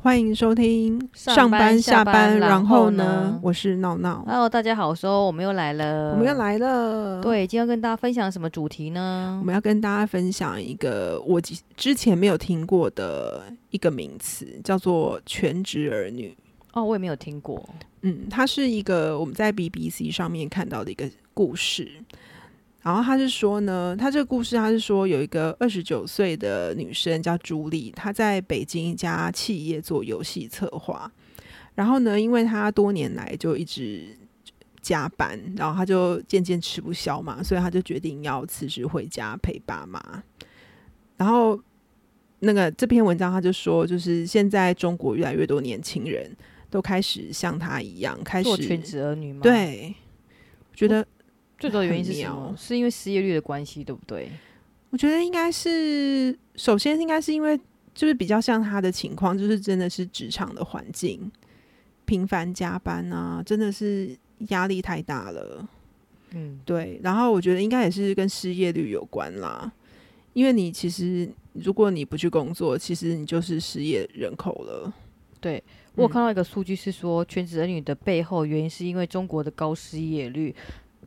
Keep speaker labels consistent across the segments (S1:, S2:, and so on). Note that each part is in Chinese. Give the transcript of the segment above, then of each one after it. S1: 欢迎收听
S2: 上
S1: 上
S2: 班
S1: 下
S2: 下班然
S1: 然
S2: 后
S1: 后
S2: 呢
S1: 我是闹闹，
S2: Hello，大家好，我哦说我们又来了，
S1: 我们又，来了。，
S2: 对，今天要跟大家分享什么主题
S1: 我
S2: 呢？
S1: 们要跟大家分享一个我之之前没有听过的一个名词，叫做全职儿女。
S2: 哦，我也没有听过，
S1: 嗯，它是一个我们在 BBC 上面看到的一个故事。然后他是说呢，他这个故事他是说有一个二十九岁的女生叫朱莉，她在北京一家企业做游戏策划。然后呢，因为她多年来就一直加班，然后她就渐渐吃不消嘛，所以她就决定要辞职回家陪爸妈。然后那个这篇文章他就说，就是现在中国越来越多年轻人都开始像他一样开始
S2: 做全职儿女吗？，
S1: 对，觉得
S2: 最主要的原因是
S1: 很
S2: 什
S1: 妙
S2: 么？是因为失业率的关系，对不对？
S1: 我觉得应该是，首先应该是因为就是比较像他的情况，就是真的是职场的环境，频繁加班啊，真的是压力太大了。
S2: 嗯，
S1: 对，然后我觉得应该也是跟失业率有关啦，因为你其实如果你不去工作，其实你就是失业人口了。
S2: 对我有
S1: 嗯
S2: 看到一个数据是说，全职儿女的背后原因是因为中国的高失业率。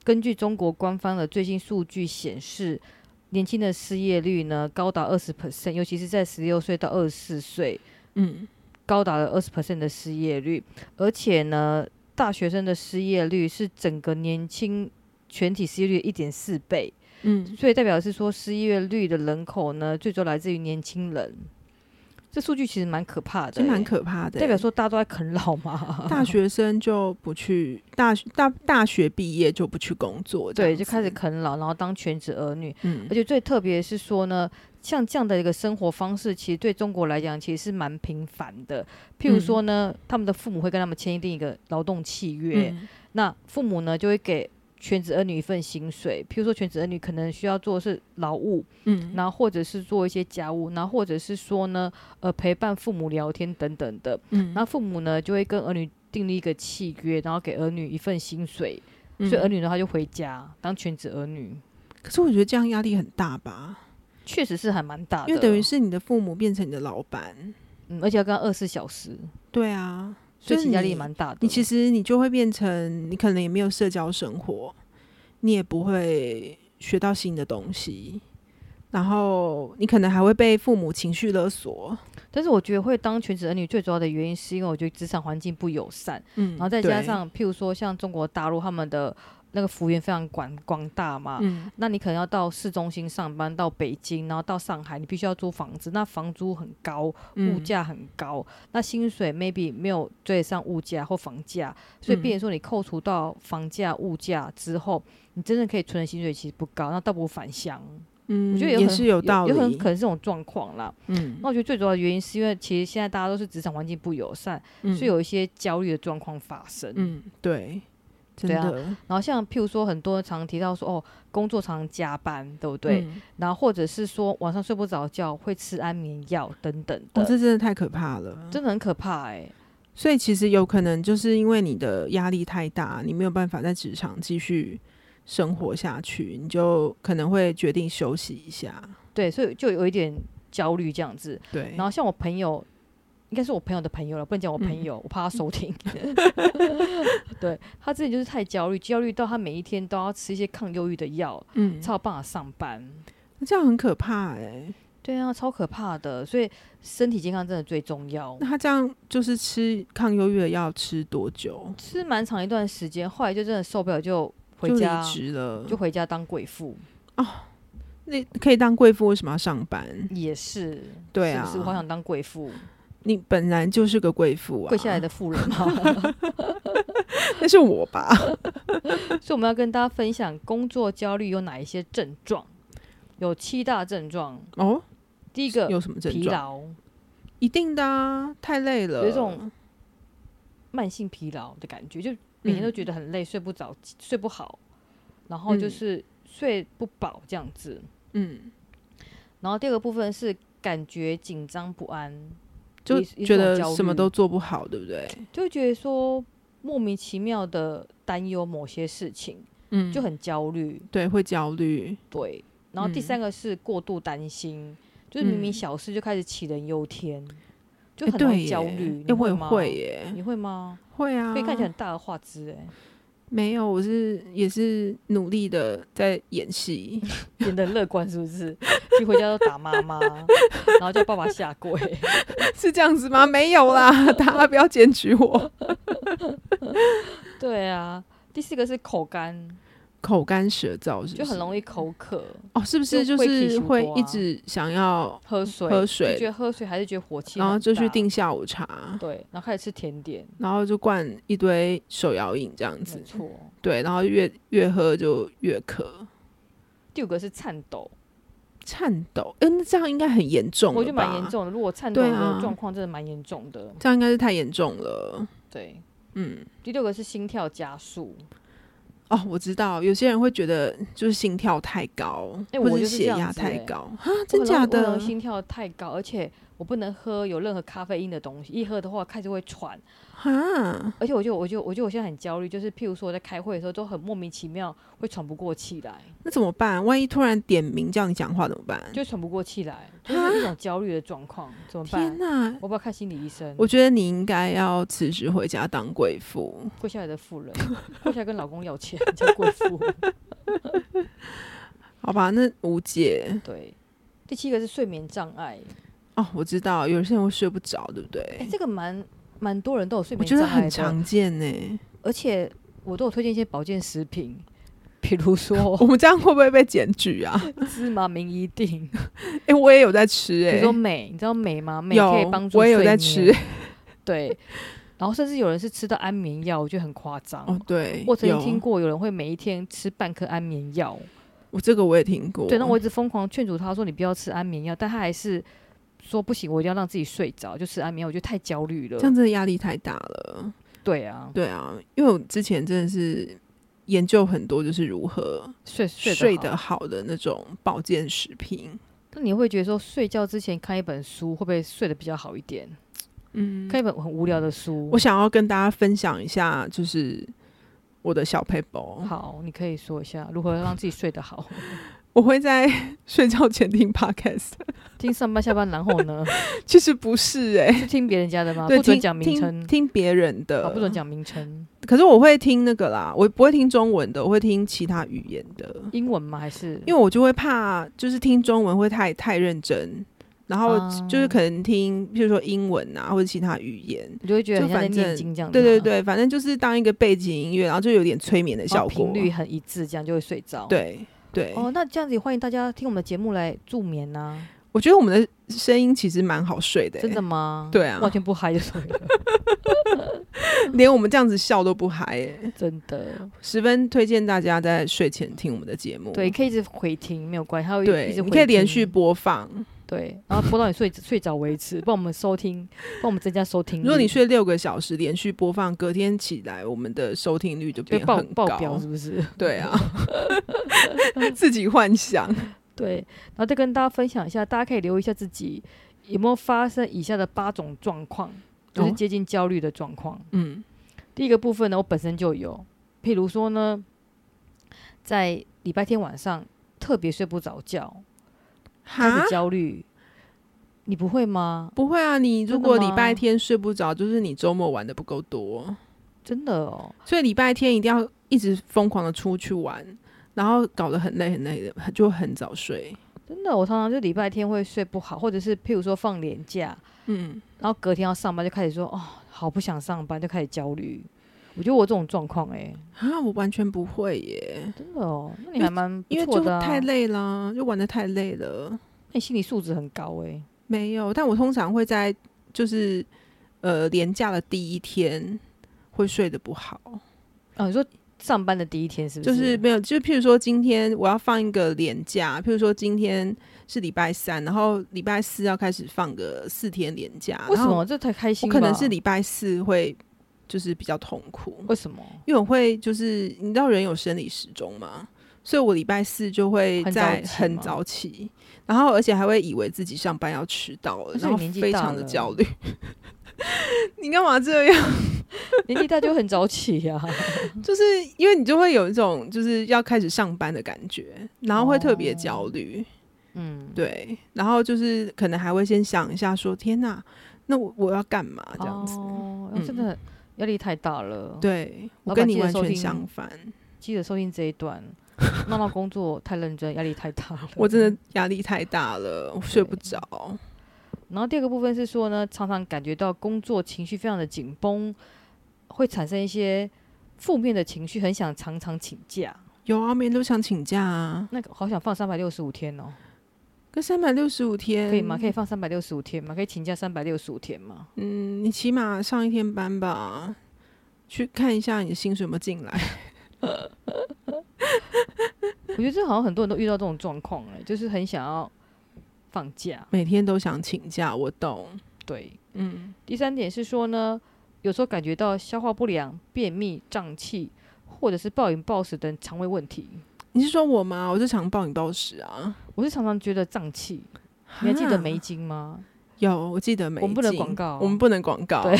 S2: 根据中国官方的最新数据显示，年轻的失业率呢高达二十 percent，尤其是在十六岁到二十四岁，
S1: 嗯，
S2: 高达了二十 percent 的失业率，而且呢，大学生的失业率是整个年轻全体失业率一点四倍，
S1: 嗯，
S2: 所以代表是说失业率的人口呢，最主要来自于年轻人。这数据其实蛮可怕的
S1: 这
S2: 欸、
S1: 蛮可怕的欸、
S2: 代表说大家都在啃老嘛。
S1: 大学生就不去大学大大学毕业就不去工作，这
S2: 对，
S1: 样
S2: 就开始
S1: 子
S2: 啃老，然后当全职儿女，
S1: 嗯
S2: 而且最特别是说呢，像这样的一个生活方式，其实对中国来讲其实是蛮频繁的。
S1: 嗯
S2: 譬如说呢，他们的父母会跟他们签订一个劳动契约，
S1: 嗯
S2: 那父母呢就会给全职儿女一份薪水，譬如说全职儿女可能需要做的是劳务，
S1: 嗯
S2: 然后或者是做一些家务，然后或者是说呢，呃，陪伴父母聊天等等的。
S1: 嗯
S2: 那父母呢就会跟儿女订立一个契约，然后给儿女一份薪水，
S1: 嗯
S2: 所以儿女的话就回家当全职儿女，
S1: 可是我觉得这样压力很大吧，
S2: 确实是还蛮大的，
S1: 因为等于是你的父母变成你的老板，
S2: 嗯，而且要跟二十四小时，
S1: 对啊，
S2: 所以
S1: 就是
S2: 其实压力
S1: 你
S2: 蛮大的。
S1: 你其
S2: 实
S1: 实你就会变成你可能也没有社交生活，你也不会学到新的东西，然后你可能还会被父母情绪勒索，
S2: 但是我觉得会当全职儿女最主要的原因，是因为我觉得职场环境不友善。
S1: 嗯，
S2: 然后再加
S1: 对，
S2: 上，譬如说像中国大陆他们的那个幅员非常广广大嘛，
S1: 嗯
S2: 那你可能要到市中心上班，到北京，然后到上海，你必须要租房子，那房租很高，物
S1: 嗯
S2: 价很高，那薪水 maybe 没有追得上物价或房价，所以
S1: 嗯
S2: 变成说你扣除到房价、物价之后，你真正可以存的薪水其实不高，那倒不如返乡。
S1: 嗯，
S2: 我觉得有
S1: 也
S2: 很
S1: 是有道理，
S2: 有很可能是这种状况啦。
S1: 嗯
S2: 那我觉得最主要的原因是因为其实现在大家都是职场环境不友善，
S1: 嗯
S2: 所以有一些焦虑的状况发生。
S1: 嗯对，真
S2: 对啊
S1: 的
S2: 然后像譬如说，很多人常提到说，哦，工作常加班，对不对？
S1: 嗯
S2: 然后或者是说晚上睡不着觉，会吃安眠药等等的，
S1: 哦，这真的太可怕了。
S2: 真的很可怕哎、
S1: 所以其实有可能就是因为你的压力太大，你没有办法在职场继续生活下去，你就可能会决定休息一下。
S2: 对，所以就有一点焦虑这样子。
S1: 对，
S2: 然后像我朋友，应该是我朋友的朋友了，不能讲我朋
S1: 嗯
S2: 友，我怕他 收听。对他之前就是太焦虑，焦虑到他每一天都要吃一些抗忧郁的药，
S1: 嗯，
S2: 才有办法上班。
S1: 这样很可怕哎、
S2: 对啊，超可怕的，所以身体健康真的最重要
S1: 那。他这样就是吃抗忧郁的药吃多久？
S2: 吃蛮长一段时间，后来就真的受不了，就回
S1: 就离
S2: 家，
S1: 职了，
S2: 就回家当贵妇，
S1: 那可以当贵妇，为什么要上班？
S2: 也是，
S1: 对啊
S2: 是不是我好想当贵妇，
S1: 你本来就是个贵妇啊，
S2: 跪下来的，妇人啊 嘛。
S1: 那是我吧？
S2: 所以我们要跟大家分享工作焦虑有哪一些症状，有七大症状。
S1: 哦，
S2: 第一个
S1: 有什么症
S2: 疲
S1: 状？
S2: 劳，
S1: 一定的啊，太累了，
S2: 有一种慢性疲劳的感觉，就
S1: 嗯
S2: 每天都觉得很累，睡不着，睡不好，然后就
S1: 嗯
S2: 是睡不饱这样子。
S1: 嗯，
S2: 然后第二个部分是感觉紧张不安，
S1: 就
S2: 一一
S1: 觉
S2: 种
S1: 得
S2: 焦
S1: 什么
S2: 虑
S1: 都做不好，对不对？
S2: 就会觉得说莫名其妙的担忧某些事情，
S1: 嗯，
S2: 就很焦虑。
S1: 对，会焦虑。
S2: 对，然后第
S1: 嗯
S2: 三个是过度担心，就是明明
S1: 嗯
S2: 小事就开始杞人忧天。就
S1: 哎
S2: 很容
S1: 对
S2: 易
S1: 耶
S2: 焦虑。
S1: 哎
S2: 你
S1: 我也
S2: 吗？
S1: 会耶，
S2: 你 会吗？
S1: 会啊，
S2: 可以看起来很大的画质哎，
S1: 没有，我是也是努力的在演戏，
S2: 变得很乐观是不是？一回家都打妈妈，然后叫爸爸下跪。
S1: 是这样子吗？没有啦， 大家不要检举我。
S2: 对啊，第四个是口干，
S1: 口干舌燥是不是
S2: 就很容易口渴，
S1: 哦，是不是
S2: 就
S1: 就
S2: 会起
S1: 是
S2: 水
S1: 会
S2: 波啊
S1: 一直想要，
S2: 喝水，
S1: 喝
S2: 就
S1: 水
S2: 觉得喝水还是觉得火气很大，
S1: 然后就去订下午茶，
S2: 对，然后开始吃甜点，
S1: 然后就灌一堆手摇饮这样
S2: 没
S1: 子，
S2: 错。
S1: 对，然后越越喝就越渴。
S2: 第五个是颤抖，
S1: 颤抖，嗯、那这样应该很严重，
S2: 我觉得蛮严，重的。如果颤抖
S1: 对
S2: 的
S1: 啊
S2: 状况真的蛮严重的，
S1: 这样应该是太严重了。
S2: 对。
S1: 嗯，
S2: 第六个是心跳加速，
S1: 哦，我知道，有些人会觉得就是心跳太高，
S2: 哎
S1: 或
S2: 我
S1: 者
S2: 就是是
S1: 血
S2: 这样
S1: 压
S2: 子
S1: 太
S2: 哎
S1: 高啊，真假
S2: 我容易我
S1: 的
S2: 容易？心跳太高，而且我不能喝有任何咖啡因的东西，一喝的话开始会喘。
S1: 啊，
S2: 而且我就我就我就我现在很焦虑，就是譬如说我在开会的时候都很莫名其妙会喘不过气来，
S1: 那怎么办？万一突然点名叫你讲话怎么办？
S2: 就喘不过 气来，就是一种焦虑的状况，怎么
S1: 天
S2: 办？
S1: 哪！
S2: 我不要看心理医生，
S1: 我觉得你应该要辞职回家当贵妇。
S2: 跪下来的妇人，跪下来跟老公要钱叫贵 妇。
S1: 好吧，那无解
S2: 对，第七个是睡眠障碍，
S1: 哦。我知道有些人会睡不着，对不对？
S2: 哎、这个蛮蛮多人都有睡
S1: 我
S2: 眠
S1: 觉
S2: 障
S1: 得
S2: 碍
S1: 很
S2: 的，
S1: 常见呢、
S2: 而且我都有推荐一些保健食品， 比 如
S1: 我
S2: 说
S1: 们这样会不会被检举啊？
S2: 芝麻明一定，
S1: 哎、我也有在吃
S2: 比
S1: 哎、
S2: 如说镁，你知道镁吗？镁
S1: 有
S2: 可以帮助
S1: 我也有
S2: 睡
S1: 在
S2: 眠
S1: 吃，
S2: 对。然后甚至有人是吃到安眠药，我觉得很夸张。
S1: 哦，对，
S2: 我曾经
S1: 有哦
S2: 听过有人会每一天吃半颗安眠药，
S1: 我这个我也听过。
S2: 对，那我一直疯狂劝阻他说你不要吃安眠药，但他还是说不行，我一定要让自己睡着，就吃安眠药，我觉得太焦虑了
S1: 这。样真的压力太大了。
S2: 对啊，
S1: 对啊，因为我之前真的是研究很多，就是如何
S2: 睡睡
S1: 睡
S2: 得
S1: 得
S2: 好。
S1: 好的那种保健食品。
S2: 那你会觉得说睡觉之前看一本书会不会睡得比较好一点？
S1: 嗯，
S2: 看一本很无聊的书，
S1: 我想要跟大家分享一下，就是我的小 paper。
S2: 好，你可以说一下如何让自己睡 得好。
S1: 我会在睡觉前听 podcast，
S2: 听上班下班，然后呢？
S1: 其实不是哎、
S2: 是听别人家的吗？
S1: 对，
S2: 不准
S1: 听
S2: 讲名称
S1: 听，听呃别人的
S2: 好，，不准。讲名称。
S1: 可是我会听那个啦，我不会听中文的，我会听其他语言的。
S2: 英文吗？还是
S1: 因为我就会怕，就是听中文会太太认真，然后
S2: 啊
S1: 就是可能听，譬如说英文啊，或者其他语言。
S2: 你就会觉得
S1: 就
S2: 很像在
S1: 反
S2: 念
S1: 正
S2: 经这样
S1: 对
S2: 子吗？哦
S1: 对对，反正就是当一个背景音乐，然后就有点催眠的
S2: 然
S1: 效
S2: 后
S1: 果。
S2: 哦频率很一致，这样就会睡着。。
S1: 对对，
S2: 哦，那这样子也欢迎大家听我们的节目来助眠呐、
S1: 我觉得我们的声音其实蛮好睡的、
S2: 真的，吗？
S1: 对啊
S2: 完全不嗨就 睡了，
S1: 连我们这样子笑都不嗨、欸，
S2: 真的。
S1: 十分推荐大家在睡前听我们的节目。
S2: 对，可以一直回听，没有关系，还有一
S1: 对，
S2: 直
S1: 你
S2: 回
S1: 可以连
S2: 听
S1: 续播放。
S2: 对，然后播到你睡 睡着为止，帮我们收听，帮我们增加收听率。
S1: 如果你睡六个小时，连续播放，隔天起来我们的收听率就
S2: 就
S1: 变
S2: 爆
S1: 很
S2: 爆
S1: 高
S2: 表是不是？
S1: 对啊，自己幻想。
S2: 对，然后再跟大家分享一下，大家可以留意一下自己有没有发生以下的八种状况，就是
S1: 哦
S2: 接近焦虑的状况。
S1: 嗯，
S2: 第一个部分呢，我本身就有，譬如说呢，在礼拜天晚上特别睡不着觉，开
S1: 哈
S2: 始，焦虑，你不会吗？
S1: 不会啊，你如
S2: 真的
S1: 果礼
S2: 吗
S1: 拜天睡不着，就是你周末玩的不够多，
S2: 真的哦，
S1: 所以礼拜天一定要一直疯狂的出去玩，然后搞得很累很累的，就很早睡。
S2: 真的，我常常就礼拜天会睡不好，或者是譬如说放年假，
S1: 嗯，
S2: 然后隔天要上班就开始说哦，好不想上班，就开始焦虑。我觉得我这种状况哎，
S1: 啊，我完全不会耶，
S2: 真的哦，那你还蛮不
S1: 因为
S2: 错
S1: 就
S2: 的、啊，
S1: 太累啦，就玩的太累了。
S2: 那你心理素质很高哎。
S1: 没有，但我通常会在就是呃连假的第一天会睡得不好。
S2: 啊，你说上班的第一天是不？
S1: 就是是没有，就譬如说今天我要放一个连假，譬如说今天是礼拜三，然后礼拜四要开始放个四天连假，
S2: 为什
S1: 然后
S2: 么这才开
S1: 我
S2: 心吧？
S1: 可能是礼拜四会就是比较痛苦，
S2: 为什么？
S1: 因为我会就是你知道人有生理时钟吗？所以我礼拜四就会
S2: 很早
S1: 在
S2: 起吗
S1: 很早起，然后而且还会以为自己上班要迟到了
S2: 可，是
S1: 然后
S2: 你年纪
S1: 非
S2: 大
S1: 常的
S2: 了
S1: 焦虑。 你干嘛这样？
S2: 年纪大就很早起啊呀、
S1: 就是因为你就会有一种就是要开始上班的感觉，然后会特别焦虑，
S2: 嗯，
S1: 对，然后就是可能还会先想一下说，天哪，那我我要干嘛 这样子？
S2: 哦，
S1: 嗯
S2: 真的压力太大了。，
S1: 对我
S2: 老
S1: 跟
S2: 板
S1: 你
S2: 记得
S1: 完
S2: 收
S1: 全
S2: 听
S1: 相反，
S2: 记得收听这一段。闹闹工作太认真，压力太大了。
S1: 我真的压力太大了，我睡不着。
S2: 然后第二个部分是说呢，常常感觉到工作情绪非常的紧绷，会产生一些负面的情绪，很想常常请假。
S1: 有啊，每天都想请假啊，
S2: 那个好想放三百六十五天哦，
S1: 跟三百六十五天
S2: 可以吗？可以放三百六十五天吗？可以请假三百六十五天吗？
S1: 嗯，你起码上一天班吧，去看一下你的薪水有没有进来。
S2: 我觉得这好像很多人都遇到这种状况哎，就是很想要放假。
S1: 每天都想请假，我懂。
S2: 对，
S1: 嗯，
S2: 第三点是说呢，有时候感觉到消化不良、便秘、胀气，或者是暴饮暴食等肠胃问题。
S1: 你是说我吗？我就常暴饮暴食啊。
S2: 我是常常觉得胀气，你还记
S1: 哈
S2: 得梅精吗？
S1: 有，我记得梅精。
S2: 我们不能广告啊
S1: 我们不能广告。
S2: 对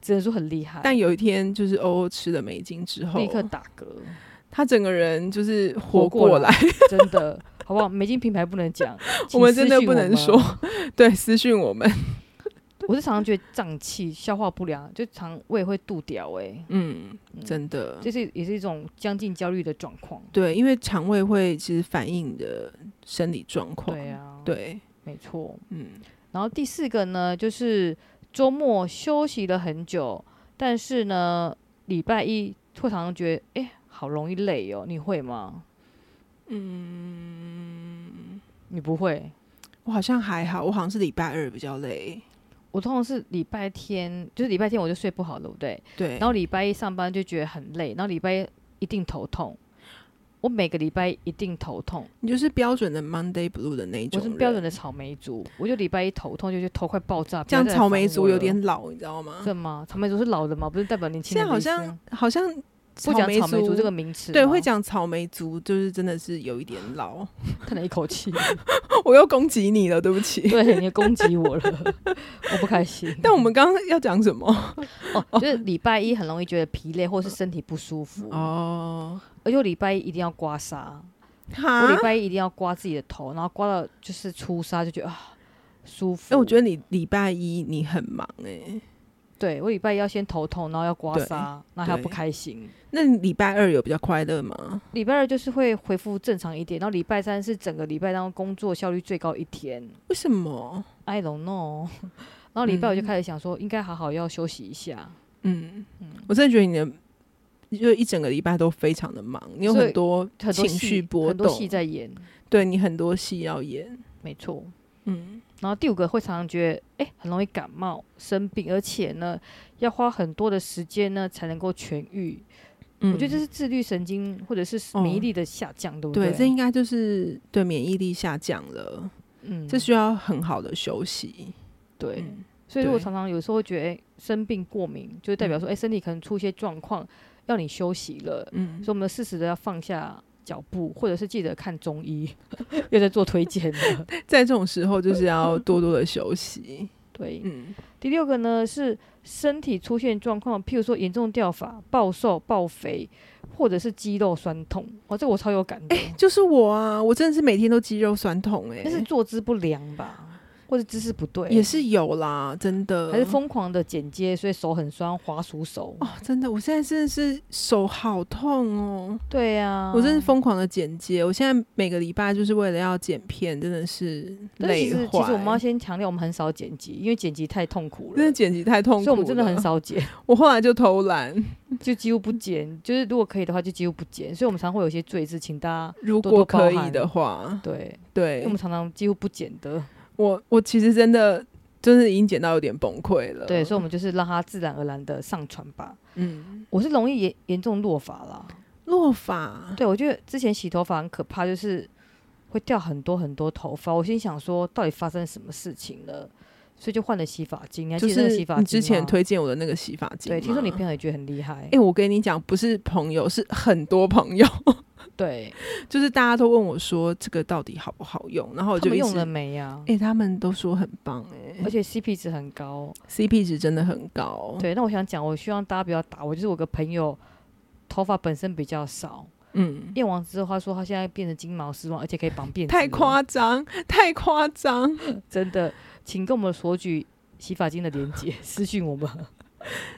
S2: 只能说很厉害，
S1: 但有一天，就是欧欧吃了梅精之后
S2: 立，刻打嗝，
S1: 他整个人就是
S2: 活
S1: 活
S2: 过
S1: 过来。，
S2: 真的， 好不好？梅精品牌不能讲
S1: 我们真的
S2: 请私讯
S1: 不能
S2: 我们
S1: 说。对，私讯我们。
S2: 我是常常觉得胀气、消化不良，就常我也会肚屌哎、欸，
S1: 嗯，真的。
S2: 这是也是一种将近焦虑的状况。
S1: 对，因为肠胃会其实反映你的生理状况。
S2: 对啊，，
S1: 对，
S2: 没错。
S1: 嗯，
S2: 然后第四个呢，就是周末休息了很久，但是呢，礼拜一会常常觉得，哎、好容易累哦。你会吗？嗯，你不会。
S1: 我好像还好，我好像是礼拜二比较累。
S2: 我通常是礼拜天，就是礼拜天我就睡不好，对不对？
S1: 对，
S2: 然后礼拜一上班就觉得很累，然后礼拜一一定头痛。我每个礼拜一定头痛，
S1: 你就是标准的 Monday Blue 的那一
S2: 我
S1: 种
S2: 是
S1: 人，
S2: 标准的草莓族，我就礼拜一头痛，就觉得头快爆炸。
S1: 这样
S2: 不要再来
S1: 草莓
S2: 烦
S1: 族
S2: 我
S1: 有
S2: 了
S1: 点老，你知道吗？
S2: 是吗？草莓族是老的嘛，不是代表年轻
S1: 现
S2: 人
S1: 在好
S2: 的意思啊。
S1: 像好像
S2: 不讲草莓族
S1: 族
S2: 这个名词吗，
S1: 对，会讲草莓族就是真的是有一点老，
S2: 叹了一口气，
S1: 我又攻击你了，对不起。
S2: 对，你攻击我了，我不开心。
S1: 但我们刚刚要讲什 么？
S2: 哦，就是礼拜一很容易觉得疲累，或是身体不舒服，
S1: 哦，啊
S2: 而且我礼拜一一定要刮痧，我
S1: 哈
S2: 礼，拜一一定要刮自己的头，然后刮到就是出痧，就觉得啊舒服。
S1: 哎，我觉
S2: 得
S1: 得你礼拜一你很忙哎，
S2: 对我礼拜一要先头痛，然后要刮
S1: 对
S2: 痧，然后还要不
S1: 对
S2: 开心。
S1: 那你礼拜二有比较快乐吗？
S2: 礼拜二就是会恢复正常一点，然后礼拜三是整个礼拜当中工作效率最高一天。
S1: 为什么？
S2: I don't know。然后礼拜我就
S1: 嗯
S2: 开始想说，应该好好要休息一下。
S1: 嗯，我真的觉得你的就一整个礼拜都非常的忙，你有
S2: 所以
S1: 很多
S2: 很多
S1: 情
S2: 戏
S1: 绪波
S2: 很多
S1: 动，
S2: 戏在演，
S1: 对你很多戏要演，
S2: 没错。
S1: 嗯。
S2: 然后第五个会常常觉得，哎、很容易感冒、生病，而且呢，要花很多的时间呢才能够痊愈。
S1: 嗯
S2: 我觉得这是自律神经或者是
S1: 哦
S2: 免疫力的下降，对不
S1: 对，这
S2: 对，
S1: 应该就是对免疫力下降了，
S2: 嗯，
S1: 这需要很好的休息。
S2: 对。
S1: 嗯
S2: 所以我
S1: 对
S2: 常常有时候会觉得，哎、生病、过敏，就代表说，哎、身体可能出一些状况，要你休息了。
S1: 嗯
S2: 所以，我们适时的要放下脚步，或者是记得看中医， 又在做推荐了。
S1: 在这种时候就是要多多的休息。
S2: 对，
S1: 嗯，
S2: 第六个呢是身体出现状况，譬如说严重掉发、暴瘦、暴肥，或者是肌肉酸痛。哦，这个我超有感的，
S1: 就是我啊，我真的是每天都肌肉酸痛哎、
S2: 那是坐姿不良吧，或者姿势不对，
S1: 也是有啦，真的。
S2: 还是疯狂的剪接，所以手很酸，滑鼠手。
S1: 哦，真的，我现在真的是手好痛哦，
S2: 对啊呀、
S1: 我真是。疯狂的剪接。我现在每个礼拜就是为了要剪片，真的是
S2: 但是
S1: 累
S2: 其实，
S1: 坏。
S2: 其实我们要先强调，我们很少剪辑，因为剪辑太痛苦了，
S1: 真的剪辑太痛苦，
S2: 所以我们真的很。少剪，
S1: 我后来就偷懒，
S2: 就几乎不剪。就是如果可以的话，就几乎不剪。所以我们常会有一些罪字，请大家
S1: 如
S2: 多
S1: 果
S2: 多包
S1: 可以
S2: 涵
S1: 的话，
S2: 对，因
S1: 对
S2: 为我，们常常几乎不剪的。
S1: 我我其实真的就是已经剪到有点崩溃了。
S2: 对，所以我们就是让它自然而然的上传吧。
S1: 嗯，
S2: 我是容易严严重落发 啦。
S1: 落发，
S2: 对，我觉得之前洗头发很可怕，就是会掉很多很多头发。我心想说，到底发生什么事情了？所以就换了洗发精。你还
S1: 就
S2: 记得那
S1: 是
S2: 个洗发精
S1: 你之前
S2: 吗
S1: 推荐我的那个洗发精吗。
S2: 对，听说你朋友也觉得很厉害。
S1: 哎、我跟你讲，不是朋友，是很多朋友，
S2: 对，
S1: 就是大家都问我说这个到底好不好用，然后我
S2: 他
S1: 就
S2: 们
S1: 一
S2: 用
S1: 直，
S2: 了
S1: 哎、
S2: 没啊呀、
S1: 他们都说很棒、
S2: 而且 CP 值很高。
S1: 哎，CP 值真的很高。，
S2: 对，那我想讲，我希望大家不要打我，就是我个朋友头发本身比较少，
S1: 嗯，
S2: 验完之后他说他现在变成金毛狮王，而且可以绑辫子了。
S1: 太夸张，太夸张。
S2: 真的，请跟我们索取洗发精的链接， 私讯我们。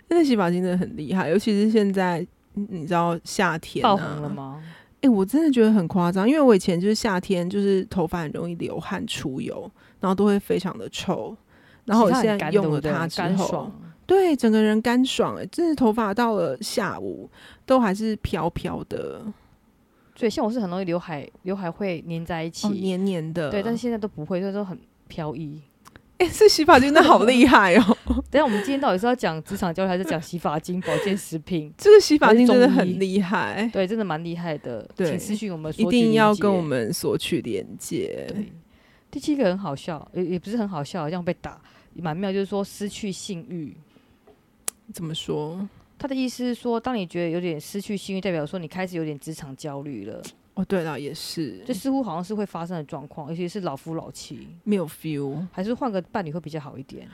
S1: 那洗发精真的很厉害，尤其是现在，嗯你知道夏天、啊、
S2: 爆红了吗？
S1: 哎、我真的觉得很夸张，因为我以前就是夏天，就是头发很容易流汗出油，然后都会非常的臭。然后我
S2: 其实它
S1: 现
S2: 很
S1: 在
S2: 干
S1: 用
S2: 对
S1: 了
S2: 不对
S1: 它之
S2: 干
S1: 后
S2: 爽，，
S1: 对整个人干爽、欸，真的头发到了下午都还是飘飘的，哦
S2: 对，像我是很容易刘海刘海会粘在一起，
S1: 哦，黏黏的。
S2: 对，但是现在都不会，所以都很飘逸。
S1: 哎、这洗发精真的好厉害哦！
S2: 等一下我们今天到底是要讲职场教育，还是讲洗发精、保健食品？
S1: 这个洗发精真的
S2: 还是
S1: 很
S2: 中医
S1: 厉害，
S2: 对，真的蛮厉害的，
S1: 对
S2: 请私讯我们
S1: 一
S2: 索取链接，
S1: 定要跟我们索取连接。
S2: 对。第七个很好笑，也也不是很好笑，这样被打蛮妙，就是说失去性欲。
S1: 怎么说？
S2: 他的意思是说，当你觉得有点失去性欲，代表说你开始有点职场焦虑了，
S1: 哦，对了，也是，
S2: 这似乎好像是会发生的状况，尤其是老夫老妻，
S1: 没有 feel，
S2: 还是换个伴侣会比较好 一点。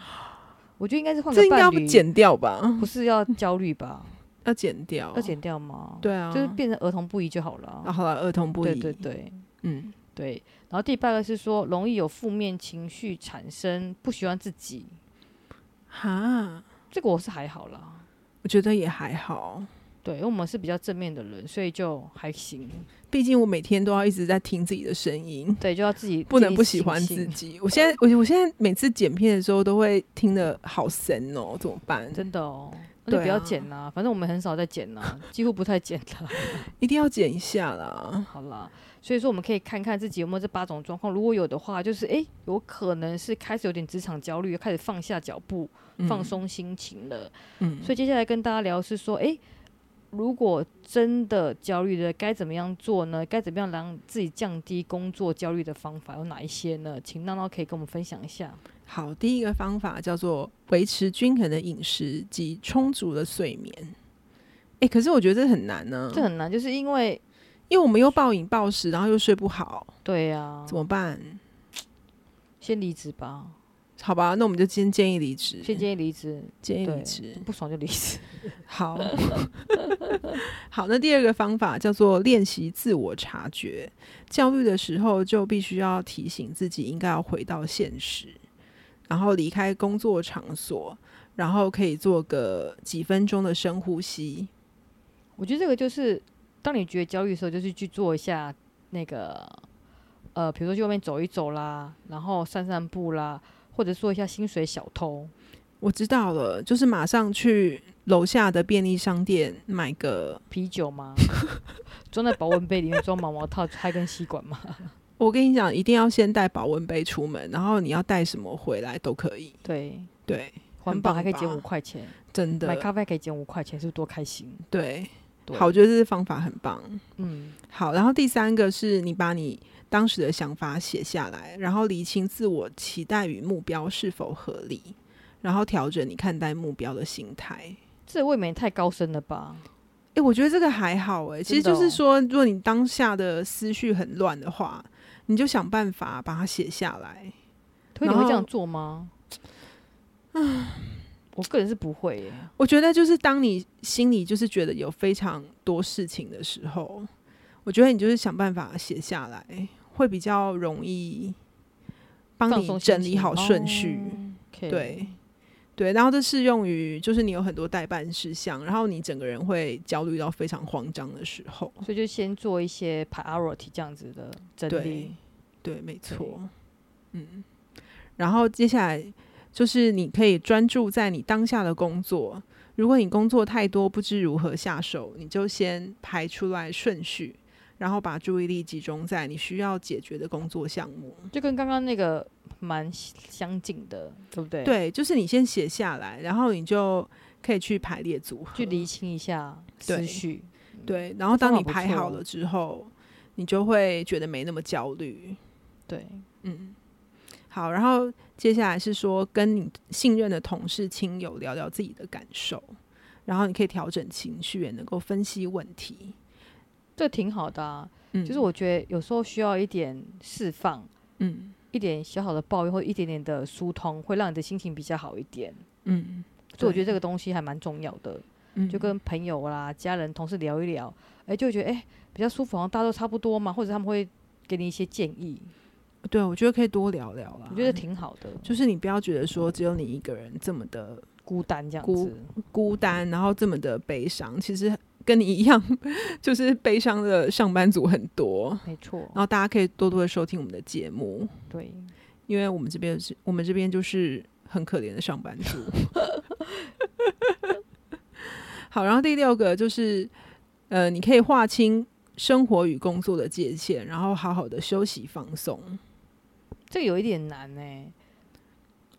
S2: 我觉得应该是换个
S1: 这应该
S2: 伴
S1: 要
S2: 侣，
S1: 剪掉吧？
S2: 不是要焦虑吧？
S1: 要剪掉，
S2: 要剪掉吗？、
S1: 对啊，
S2: 就是变成儿童不宜就好了啊。
S1: 啊，好了，儿童不宜，
S2: 对对对
S1: 嗯，
S2: 对。然后第八个是说，容易有负面情绪产生，不喜欢自己，
S1: 哈，
S2: 这个我是还好啦。
S1: 我觉得也还好，
S2: 对，因为我们是比较正面的人，所以就还行。
S1: 毕竟我每天都要一直在听自己的声音。
S2: 对，就要自己
S1: 不
S2: 建
S1: 能
S2: 立
S1: 不
S2: 信
S1: 喜欢自
S2: 心
S1: 己。我现在，我我现在每次剪片的时候都会听得好神哦，怎么办？
S2: 真的哦，那就
S1: 对
S2: 不要
S1: 啊
S2: 剪啦、反正我们很少在剪啦、几乎不太剪啦。
S1: 一定要剪一下啦。
S2: 好啦，所以说我们可以看看自己有没有这八种状况，如果有的话，就是诶，有可能是开始有点职场焦虑，开始放下脚步，
S1: 嗯
S2: 放，松心情了。
S1: 嗯，
S2: 所以接下来跟大家聊是说，诶，如果真的焦虑了，该怎么样做呢？该怎么样让自己降低工作焦虑的方法有哪一些呢？请闹闹可以跟我们分享一下。
S1: 好，第一个方法叫做维持均衡的饮食及充足的睡眠。哎、可是我觉得这很难呢、
S2: 这很难，就是因为
S1: 因为我们又暴饮暴食，然后又睡不好，
S2: 对呀、
S1: 怎么办？
S2: 先离职吧，
S1: 好吧，那我们就先建议离职，
S2: 先建议离职，
S1: 建议
S2: 对
S1: 离 职。
S2: 不爽就离职。
S1: 好， 好，那第二个方法叫做练习自我察觉。焦虑的时候，就必须要提醒自己，应该要回到现实，然后离开工作场所，然后可以做个几分钟的深呼吸。
S2: 我觉得这个就是，当你觉得焦虑的时候，就是去做一下那个，呃，比如说去外面走一走啦，然后散散步啦，或者做一下薪水小偷。
S1: 我知道了，就是马上去楼下的便利商店买个。
S2: 啤 酒吗？装在保温杯里面装毛毛套，插根吸管吗？
S1: 我跟你讲，一定要先带保温杯出门，然后你要带什么回来都可以。
S2: 对，
S1: 对，
S2: 环
S1: 很棒
S2: 保还可以减
S1: 吧
S2: 五块钱，
S1: 真
S2: 买
S1: 的，
S2: 咖啡还可以减五块钱，是不是多开心？
S1: 对，
S2: 对
S1: 好，我，觉得这个方法很棒。
S2: 嗯，
S1: 好，然后第三个是你把你当时的想法写下来，然后厘清自我期待与目标是否合理，然后调整你看待目标的心态。
S2: 这未免太高深了吧？
S1: 诶，我觉得这个还好诶，其实
S2: 真
S1: 就
S2: 的
S1: 是
S2: 哦
S1: 说，如果你当下的思绪很乱的话，你就想办法把它写下来。
S2: 会你
S1: 然
S2: 会这
S1: 后
S2: 样做吗？我个人是不会耶。
S1: 我觉得就是当你心里就是觉得有非常多事情的时候，我觉得你就是想办法写下来，会比较容易帮
S2: 放
S1: 你
S2: 松
S1: 整
S2: 心
S1: 理
S2: 情
S1: 好顺序。
S2: 哦 OK
S1: 对对，然后这适用于就是你有很多代办事项，然后你整个人会焦虑到非常慌张的时候。
S2: 所以就先做一些 priority 这样子的整
S1: 对
S2: 理。，
S1: 对，没
S2: 对
S1: 错。嗯，然后接下来就是你可以专注在你当下的工作。如果你工作太多，不知如何下手，你就先排出来顺序，然后把注意力集中在你需要解决的工作项目。
S2: 就跟刚刚那个蛮相近的，对不对？，
S1: 对，就是你先写下来，然后你就可以去排列组合，
S2: 去厘清一下思
S1: 对
S2: 绪。
S1: 对，然后当
S2: 方
S1: 你
S2: 法不
S1: 排
S2: 错
S1: 好
S2: 哦
S1: 了之后，你就会觉得没那么焦虑。
S2: 对，
S1: 嗯，好，然后接下来是说跟你信任的同事、亲友聊聊自己的感受，然后你可以调整情绪，也能够分析问题。
S2: 这挺好的、啊。
S1: 嗯，
S2: 就是我觉得有时候需要一点释放，
S1: 嗯
S2: 一点小小的抱怨或一点点的疏通，会让你的心情比较好一点。
S1: 嗯，
S2: 所以我觉得这
S1: 个
S2: 个东西还蛮重要的，
S1: 嗯
S2: 就跟朋友啦、家人、同事聊一聊，哎，就会觉得哎比较舒服，好像大家都差不多嘛，或者他们会给你一些建议。
S1: 对，我觉得可以多聊聊啦。
S2: 我觉得挺好的，
S1: 就是你不要觉得说只有你一个人这么的
S2: 孤单这样
S1: 孤
S2: 子。
S1: 孤单，然后这么的悲伤，其实跟你一样， 就是悲伤的上班族很多。
S2: 没错，
S1: 然后大家可以多多的收听我们的节目，
S2: 啊对，
S1: 因为我们这边是，我们这边就是很可怜的上班族。 好，然后第六个就是，呃，你可以划清生活与工作的界限，然后好好的休息放松。
S2: 这个有一点难呢、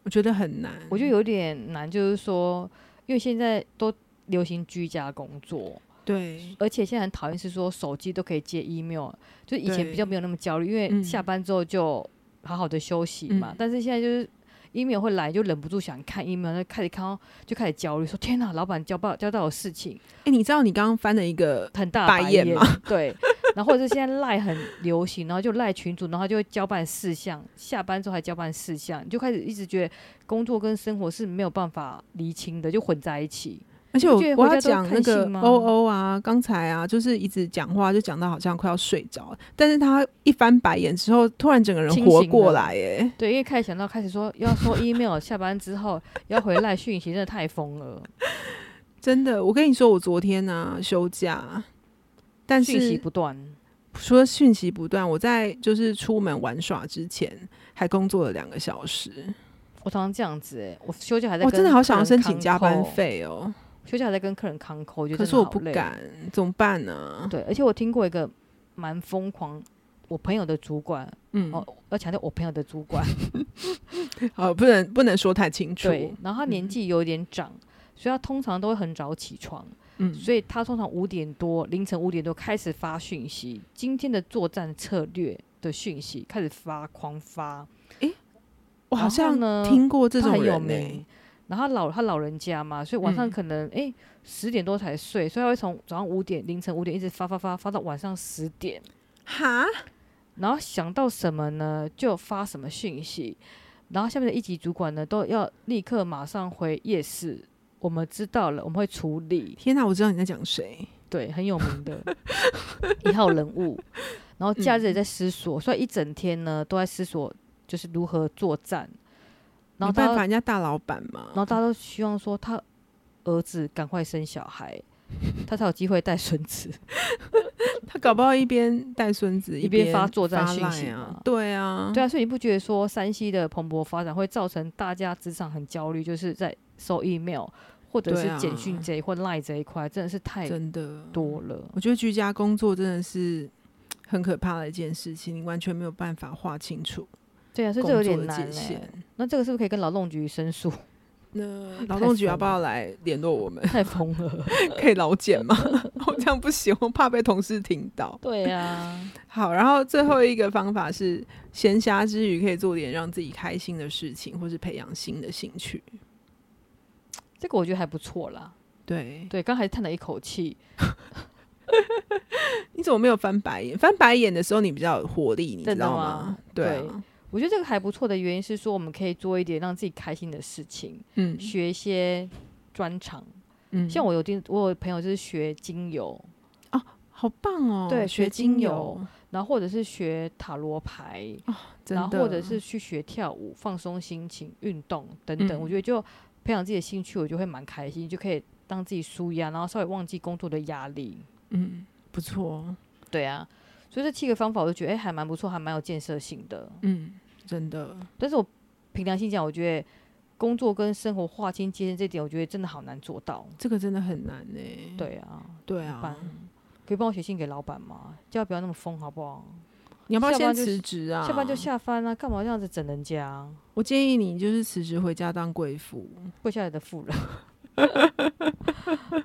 S1: 我觉得很难，
S2: 我觉得有点难，就是说，因为现在都流行居家工作，
S1: 对
S2: 而且现在很讨厌是说手机都可以接 email，就以前
S1: 对
S2: 比较没有那么焦虑，因为
S1: 嗯
S2: 下班之后就好好的休息嘛。
S1: 嗯
S2: 但是现在就是 email 会来，就忍不住想看 email，那开始看到就开始焦虑，说天哪，老板交办交代我事情，
S1: 哎、你知道你刚刚翻了一个，
S2: 很大的
S1: 白眼
S2: 眼
S1: 吗？
S2: 对。然后或者是现在赖很流行，然后就赖群主，然后就会交办事项，下班之后还交办事项，你就开始一直觉得工作跟生活是没有办法厘清的，就混在一起。
S1: 而且我
S2: 你不觉得
S1: 我
S2: 回
S1: 要
S2: 家都
S1: 讲
S2: 很
S1: 那
S2: 开
S1: 个
S2: 心吗
S1: 欧欧啊，刚才啊，就是一直讲话就讲到好像快要睡着了，但是他一翻白眼之后，突然整个人
S2: 清
S1: 活
S2: 醒
S1: 过
S2: 了
S1: 来、欸，哎，
S2: 对，因为开始想到开始说要说 email，下班之后要回赖讯息，真的太疯了，
S1: 真的，我跟你说，我昨天呢、休假， 但
S2: 讯息
S1: 是
S2: 不断。
S1: 除了讯息不断，我在就是出门玩耍之前还工作了两个小时。
S2: 我常常这样子、欸，我休假还在
S1: 我、
S2: 跟
S1: 真的好想要
S2: 客人
S1: 申请
S2: 康
S1: 加班
S2: 扣，
S1: 费哦，
S2: 休假还在跟客人康扣，我觉得
S1: 可
S2: 真
S1: 是
S2: 的
S1: 我
S2: 好
S1: 不
S2: 累。
S1: 敢，怎么办呢、
S2: 对，而且我听过一个蛮疯狂，我朋友的主管，
S1: 嗯，
S2: 哦，要强调我朋友的主 管，
S1: 好，不能不能说太清楚。
S2: 对，然
S1: 嗯
S2: 后他年纪有点长，所以他通常都会很早起床，
S1: 嗯，
S2: 所以他通常五点多凌晨五点多开始发讯息，今天的作战策略的讯息开始发，狂发，
S1: 我好
S2: 然
S1: 像
S2: 后呢
S1: 听过这
S2: 他
S1: 种
S2: 很有
S1: 人欸呢、嗯
S2: 名。然后他老他老人家嘛，所以晚上可能诶十、0点多才睡，所以他会从早上五点凌晨五点一直发发发发到晚上十点，
S1: 哈，
S2: 然后想到什么呢，就发什么讯息。然后下面的一级主管呢，都要立刻马上回夜市。我们知道了，我们会处理。
S1: 天哪，我知道你在讲谁。
S2: 对，很有 名的一号人物。然后假日
S1: 嗯
S2: 也在思索，所以一整天呢都在思索，就是如何作战。然后
S1: 没
S2: 大
S1: 办
S2: 家，
S1: 法，人家大老板嘛
S2: 然。后大家都希望说他儿子赶快生 小孩，他才有机会带孙子。
S1: 他搞不好一边带孙子
S2: 一边
S1: 边
S2: 发作战
S1: 发
S2: 讯息
S1: Line 啊
S2: 嘛。
S1: 对啊，
S2: 对啊，所以你不觉得说山西的蓬勃发展会造成大家职场很焦虑，就是在收 email 或者
S1: 对
S2: 是
S1: 啊
S2: 简讯这一或 line 这一块，真的是太
S1: 真的
S2: 多了。
S1: 我觉得居家工作真的是很可怕的一件事情，你完全没有办法划清楚
S2: 对啊，所
S1: 工
S2: 以这有
S1: 作
S2: 点
S1: 的
S2: 难、
S1: 界
S2: 欸。
S1: 限。
S2: 那这个是不是可以跟劳动局 申诉？
S1: 那劳动局要不要来联络我们？
S2: 太疯了。
S1: 可以劳检吗？ 我这样不行，我怕被同事听到。
S2: 对啊，
S1: 好，然后最后一个方法是，闲暇之余可以做点让自己开心的事情，或是培养新的兴趣。
S2: 这个我觉得还不错啦。
S1: 对，
S2: 对，刚才叹了一口气，
S1: 你怎么没有翻白眼？翻白眼的时候你比较有活力，你知
S2: 真的
S1: 道
S2: 吗
S1: 吗？对啊，
S2: 我觉得这个还不错的原因是说，我们可以做一点让自己开心的事情，
S1: 嗯
S2: 学一些专长。
S1: 嗯，
S2: 像我有听，我有朋友就是学精油，
S1: 好棒哦，
S2: 对
S1: 学
S2: 学精
S1: 精
S2: 油，然后或者是学塔罗牌，
S1: 哦真
S2: 然
S1: 的，
S2: 后或者是去学跳舞、放松心情、运动等等。
S1: 嗯
S2: 我觉得就培养自己的兴趣，我就会蛮开心，就可以让自己舒压，然后稍微忘记工作的压力。
S1: 嗯，不错，
S2: 对啊，所以这七个方法我就觉得哎、还蛮不错，还蛮有建设性的。
S1: 嗯，真的，
S2: 但是我凭良心讲，我觉得工作跟生活划清界限这点，我觉得真的好难做到。
S1: 这个真的很难呢、，
S2: 对啊，
S1: 对
S2: 怎么
S1: 啊
S2: 办，可以帮我写信给老板吗？叫他不要那么疯，好不好？
S1: 你要不要
S2: 下班
S1: 先
S2: 就
S1: 辞职啊？
S2: 下班就。下班啊，干嘛这样子整人家、啊
S1: 我建议你就是辞职回家当贵妇。
S2: 跪下来的 富人。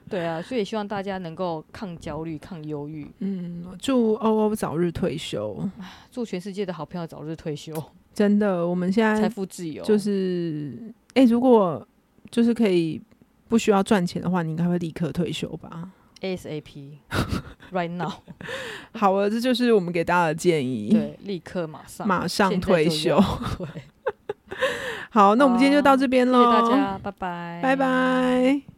S2: 对啊，所以希望大家能够抗焦虑、抗忧郁，
S1: 嗯，祝欧欧早日退休。
S2: 祝全世界的好朋友早日退休，
S1: 真的，我们现
S2: 财
S1: 在
S2: 富自由。
S1: 哎就是，哎、如果就是可以不需要赚钱的话，你应该会立刻退休吧？
S2: ASAP right now，
S1: 好了，这就是我们给大家的建议，
S2: 对，立刻马上
S1: 马上
S2: 现在
S1: 退
S2: 就
S1: 休
S2: 要。对，
S1: 好，那我们今天就到这边
S2: 谢谢
S1: 喽，
S2: 大家，拜拜，
S1: 拜拜。